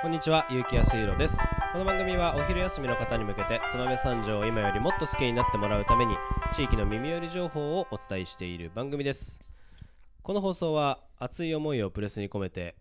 こんにちは、ゆうきやすいろです。この番組はお昼休みの方に向けて、燕三条を今よりもっと好きになってもらうために、地域の耳寄り情報をお伝えしている番組です。この放送は、熱い思いをプレスに込めて、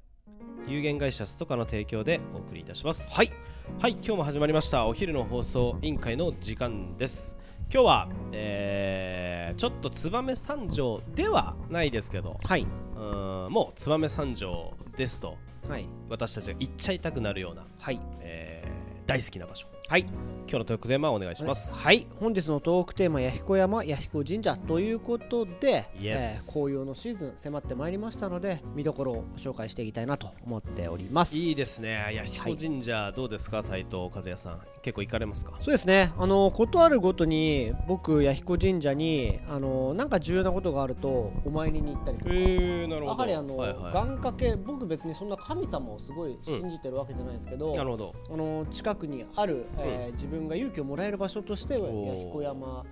有限会社ストカの提供でお送りいたします。はいはい、今日も始まりました、お昼の放送委員会の時間です。今日は、えー、ちょっと燕三条ではないですけど、はいうーんもう燕三条ですとはい私たちが言っちゃいたくなるような、はいえー大好きな場所はい今日のトークテーマお願いしますはい本日のトークテーマ「弥彦山弥彦神社」ということで、 Yes 紅葉のシーズン迫ってまいりましたので見どころをご紹介していきたいなと思っておりますいいですねいや彦神社どうですか斉藤和也さん結構行かれますかそうですねあのことあるごとに僕弥彦神社にあのなんか重要なことがあるとお参りに行ったりとか、へえー、なるやはりあの、はい願は掛け僕別にそんな神様をすごい信じてるわけじゃないですけど、い、なるほどあの近くにある、えー自分が勇気をもらえる場所としてはおー弥彦山ま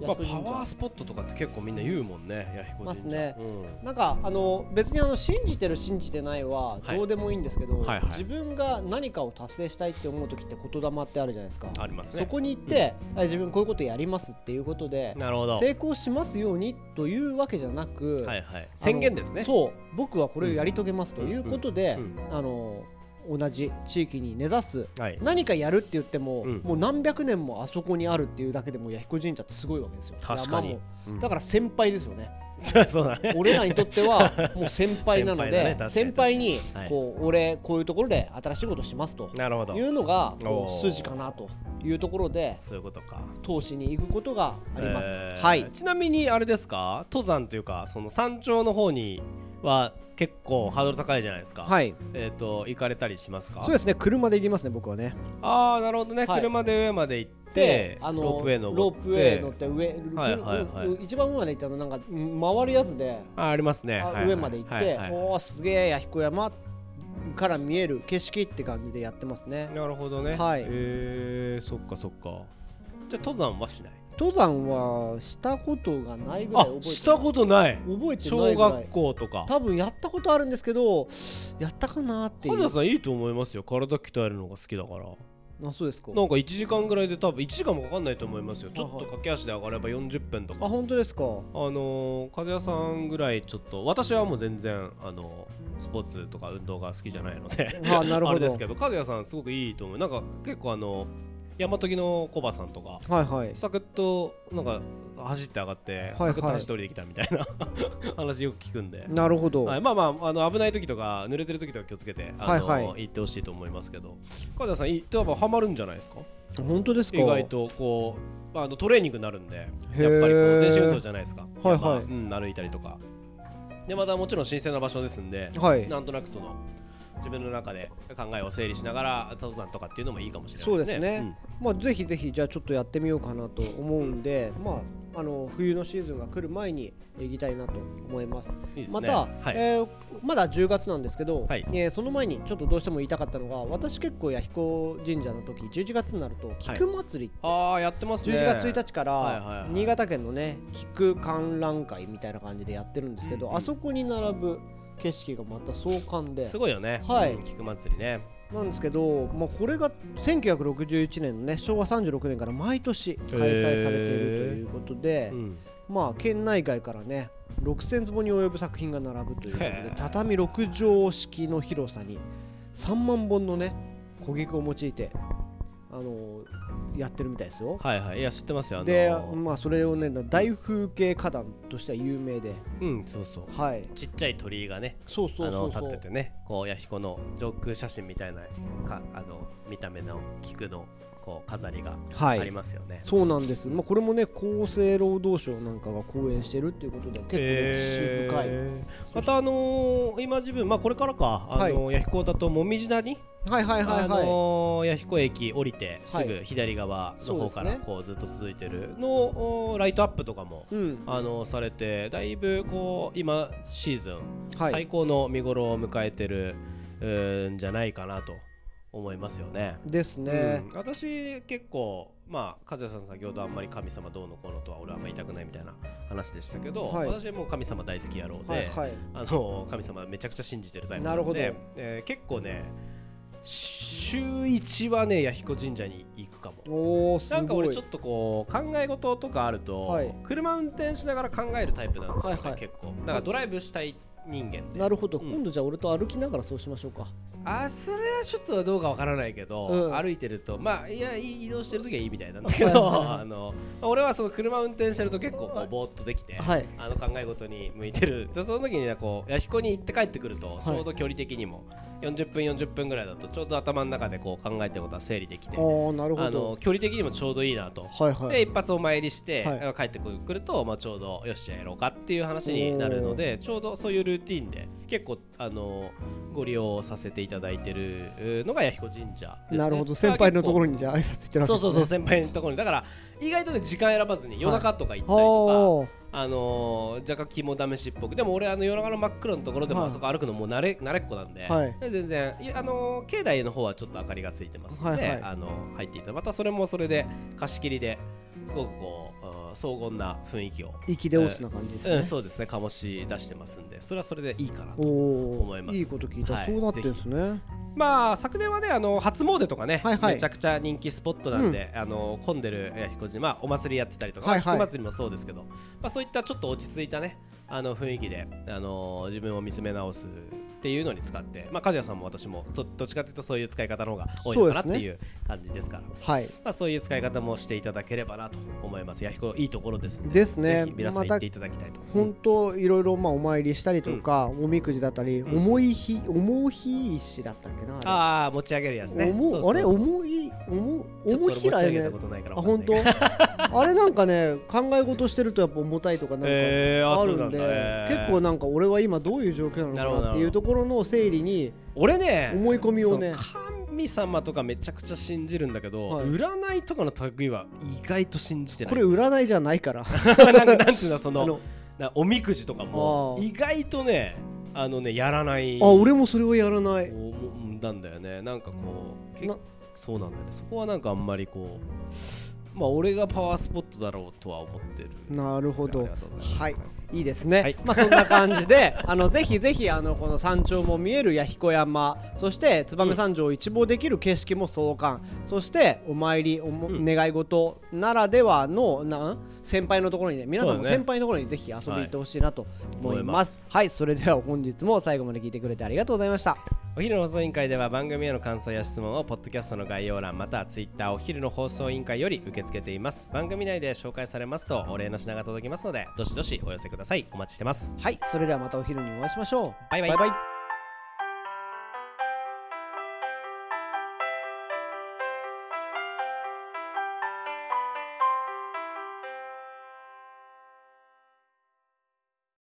弥あ、パ彦神社、ワースポットとかって結構みんな言うもんね、弥彦神社。ますねうんなんかあの別にあの信じてる信じてないははいどうでもいいんですけど、はいはい自分が何かを達成したいって思う時って言霊ってあるじゃないですか、ありますそね。こに行って、あ自分こういうことやりますっていうことでなるほど。は成い功しますようにというわけじゃなく、はい。あの宣言ですね。そう僕はこれをやり遂げますということで、うんあの同じ地域に根ざすはい。何かやるって言っても、うんもう何百年もあそこにあるっていうだけでも弥彦神社ってすごいわけですよ確かに山もうんだから先輩ですよね そうだね。俺らにとって はもう先輩なの先輩だねで確かに先輩にはいこう俺こういうところで新しいことしますとなるほどい。うのがこおーう筋かなというところでそういうことか。投資に行くことがあります、えーはいちなみにあれですか登山というかその山頂の方には結構ハードル高いじゃないですか、はいえっ、と行かれたりしますかそうですね車で行きますね僕はねああなるほどね、はい車で上まで行ってあのロープウェイ登ロっーてプウェイ乗って上、はいはいはいうう一番上まで行ったのなんかうん回るやつであーありますね、あはいはい上まで行って、はいはいおおすげえ弥彦山から見える景色って感じでやってますねなるほどねはいえー、そっかそっかじゃあ登山はしない登山はしたことがないぐらいあ覚えてないしたことない覚えてない小ぐら学い校とか多分やったことあるんですけどやったかなってい梶田うさんいいと思いますよ体鍛えるのが好きだからあそうですかなんか1時間ぐらいで多分1時間もかかんないと思いますよちょっはといはい駆け足で上がれば40分とかあ本当ですかあのー、風谷さんぐらいちょっと私はもう全然、あのースポーツとか運動が好きじゃないのであなるあほれどですけど風谷さんすごくいいと思うなんか結構あの山時のコバさんとかはいはいサクッとなんか走って上がって、はいサクッと走って降りてきたみたいな 話よく聞くんで、なるほど、はい、まあまああの危ない時とか濡れてる時とか気をつけて、あのーはいは行ってほしいと思いますけど風谷さんい多分ハマるんじゃないですか本当ですか意外とこうあのトレーニングになるんでやっぱりこへうー全身運動じゃないですかはいはいまあうん、歩いたりとかでまたもちろん神聖な場所ですんで、はいなんとなくその自分の中で考えを整理しながら登山とかっていうのもいいかもしれないですねそうですね、まあぜひぜひじゃあちょっとやってみようかなと思うんでまああの冬のシーズンが来る前に行きたいなと思いますうんいいですねまた、はい、えーまだ10月なんですけど、はいえーその前にちょっとどうしても言いたかったのが私結構弥彦神社の時11月になると菊祭り、ああやってますね11月1日かはいはいはらい新潟県のね菊観覧会みたいな感じでやってるんですけど、うんうんあそこに並ぶ景色がまた壮観ですごいよね、はいうん菊祭りねなんですけど、まあ、これが1961年のね昭和36年から毎年開催されているということでう、んまあ、県内外からね6000坪に及ぶ作品が並ぶということへでえ畳6畳式の広さに3万本のね小菊を用いて、あのやってるみたいですよ。はいはいいや知ってますよあので、まあ、それをね大風景花壇としては有名で、うんそうそうはい、ちっちゃい鳥居がねそうそうそうあそのう立っててねこう弥彦の上空写真みたいなかあの見た目の菊のこう飾りがあはいりますよね、そうなんです、まあ、これもね厚生労働省なんかが講演してるっていうことで結構え歴史深い、ーまたあのー今自分まあこれからかあのー弥彦だともみじ谷はいはいはあいはい、のー弥彦駅降りてすはぐ左側の方からそうですねこうずっと続いてるのおライトアップとかもうんあのーされてだいぶこう今シーズンは最い高の見頃を迎えてるうーんじゃないかなと思いますよね。ですね、うん私結構まあ和也さん先ほどあんまり神様どうのこうのとは俺はあんまり言いたくないみたいな話でしたけど、はい私はもう神様大好き野郎で、はいはいあの神様めちゃくちゃ信じてるタイプななるのほどでえー結構ね週1はね弥彦神社に行くかもおおすごいなんか俺ちょっととこう考え事とかあると、はい車運転しながら考えるタイプなんですよね、はいはい結構だからドライブしたい人間でなるほど、うん今度じゃあ俺と歩きながらそうしましょうかあそれはちょっとどうかわからないけど、うん歩いてるとまあいやいい移動してる時はいいみたいなんだけ ど あの俺はその車運転してると結構こうぼーっとできて、はいあの考え事に向いてるそその時にねこう弥彦に行って帰ってくるといちょうど距離的にも、40分40分ぐらいだとちょうど頭の中でこう考えてることは整理できてああなるあほのど距離的にもちょうどいいなと。はいはでい一発お参りして、はいあの帰ってくるくると、まあ、ちょうどよしじゃあやろうかっていう話になるのでちょうどそういうルーティンで結構あのご利用させていただいてるえーのが弥彦神社です、ね、なるほど先輩のところろにじゃあ挨拶行ってるわけですねそうそうそう先輩のところにだから意外とね時間選ばずに夜中とか行ったりとか、はあのー若干肝試しっぽくでも俺あの夜中の真っ暗のところでもはいあそこ歩くのもう慣れ慣れっこなんで、はいで全然いやあのー境内の方はちょっと明かりがついてますので、はいはいあのー入っていたまたそれもそれで貸し切りですごくこう、うん荘厳な雰囲気を、あきで落ちな感じですね、うん、そうですね醸し出してますんでそれはそれでいいかなとお思おいますいいこと聞いた、はいそうなってんですねまあ昨年はねあの初詣とかね、はいはいめちゃくちゃ人気スポットなんで、あの混んでるえー彦島、まあ、お祭りやってたりとか、はいはいまあ菊祭りもそうですけど、まあ、そういったちょっと落ち着いたねあの雰囲気で、あの自分を見つめ直すっていうのに使って、まあ、和也さんも私もどどっちかというとそういう使い方の方が多いのかなっそうでてすねいう感じですから。はいまあ、そういう使い方もしていただければなと思います。弥彦いいところですね。ですぜねひ皆さんまた行っていただきたいと。本当いろいろまあお参りしたりとか、おみくじだったり、うん重い日重い石だったっけなあああ持ち上げるやつれ,ね。重、そうそうそうあれ重い重ちょっと重俺ひ持らち上げねたことないからあわかんな本いけど。当あれなんかね考え事してるとやっぱ重たいとかなんかえーああるんそうなんだで、えー結構なんか俺は今どういう状況ななるのほかどななるほどっていうところの整理に俺ね思い込みをねその神様とかめちゃくちゃ信じるんだけど、はい占いとかの類は意外と信じてないこれ占いじゃないか らなんかなんていうのそ あののなおみくじとかもあー意外とねあのねやらないあ俺もそれをやらないおもなんだよねなんかこうけなそうなんだよねそこはなんかあんまりこうまあ俺がパワースポットだろうとは思ってるなるほあどりがとうございますはい、いいですね。はいまあそんな感じで、 あのぜひぜひあのこの山頂も見える弥彦山、そして燕三条を一望できる景色も壮観、そしてお参りおも、うん願い事ならではのなん先輩のところにね、皆さんそもうだね先輩のところにぜひ遊びに行ってほしいなと思い思いまます。はい、それでは本日も最後まで聞いてくれてありがとうございました。お昼の放送委員会では番組への感想や質問をポッドキャストの概要欄またはツイッターお昼の放送委員会より受け付けています番組内で紹介されますとお礼の品が届きますのでどしどしお寄せくださいお待ちしてますはい、それではまたお昼にお会いしましょう。バイバイバイバイ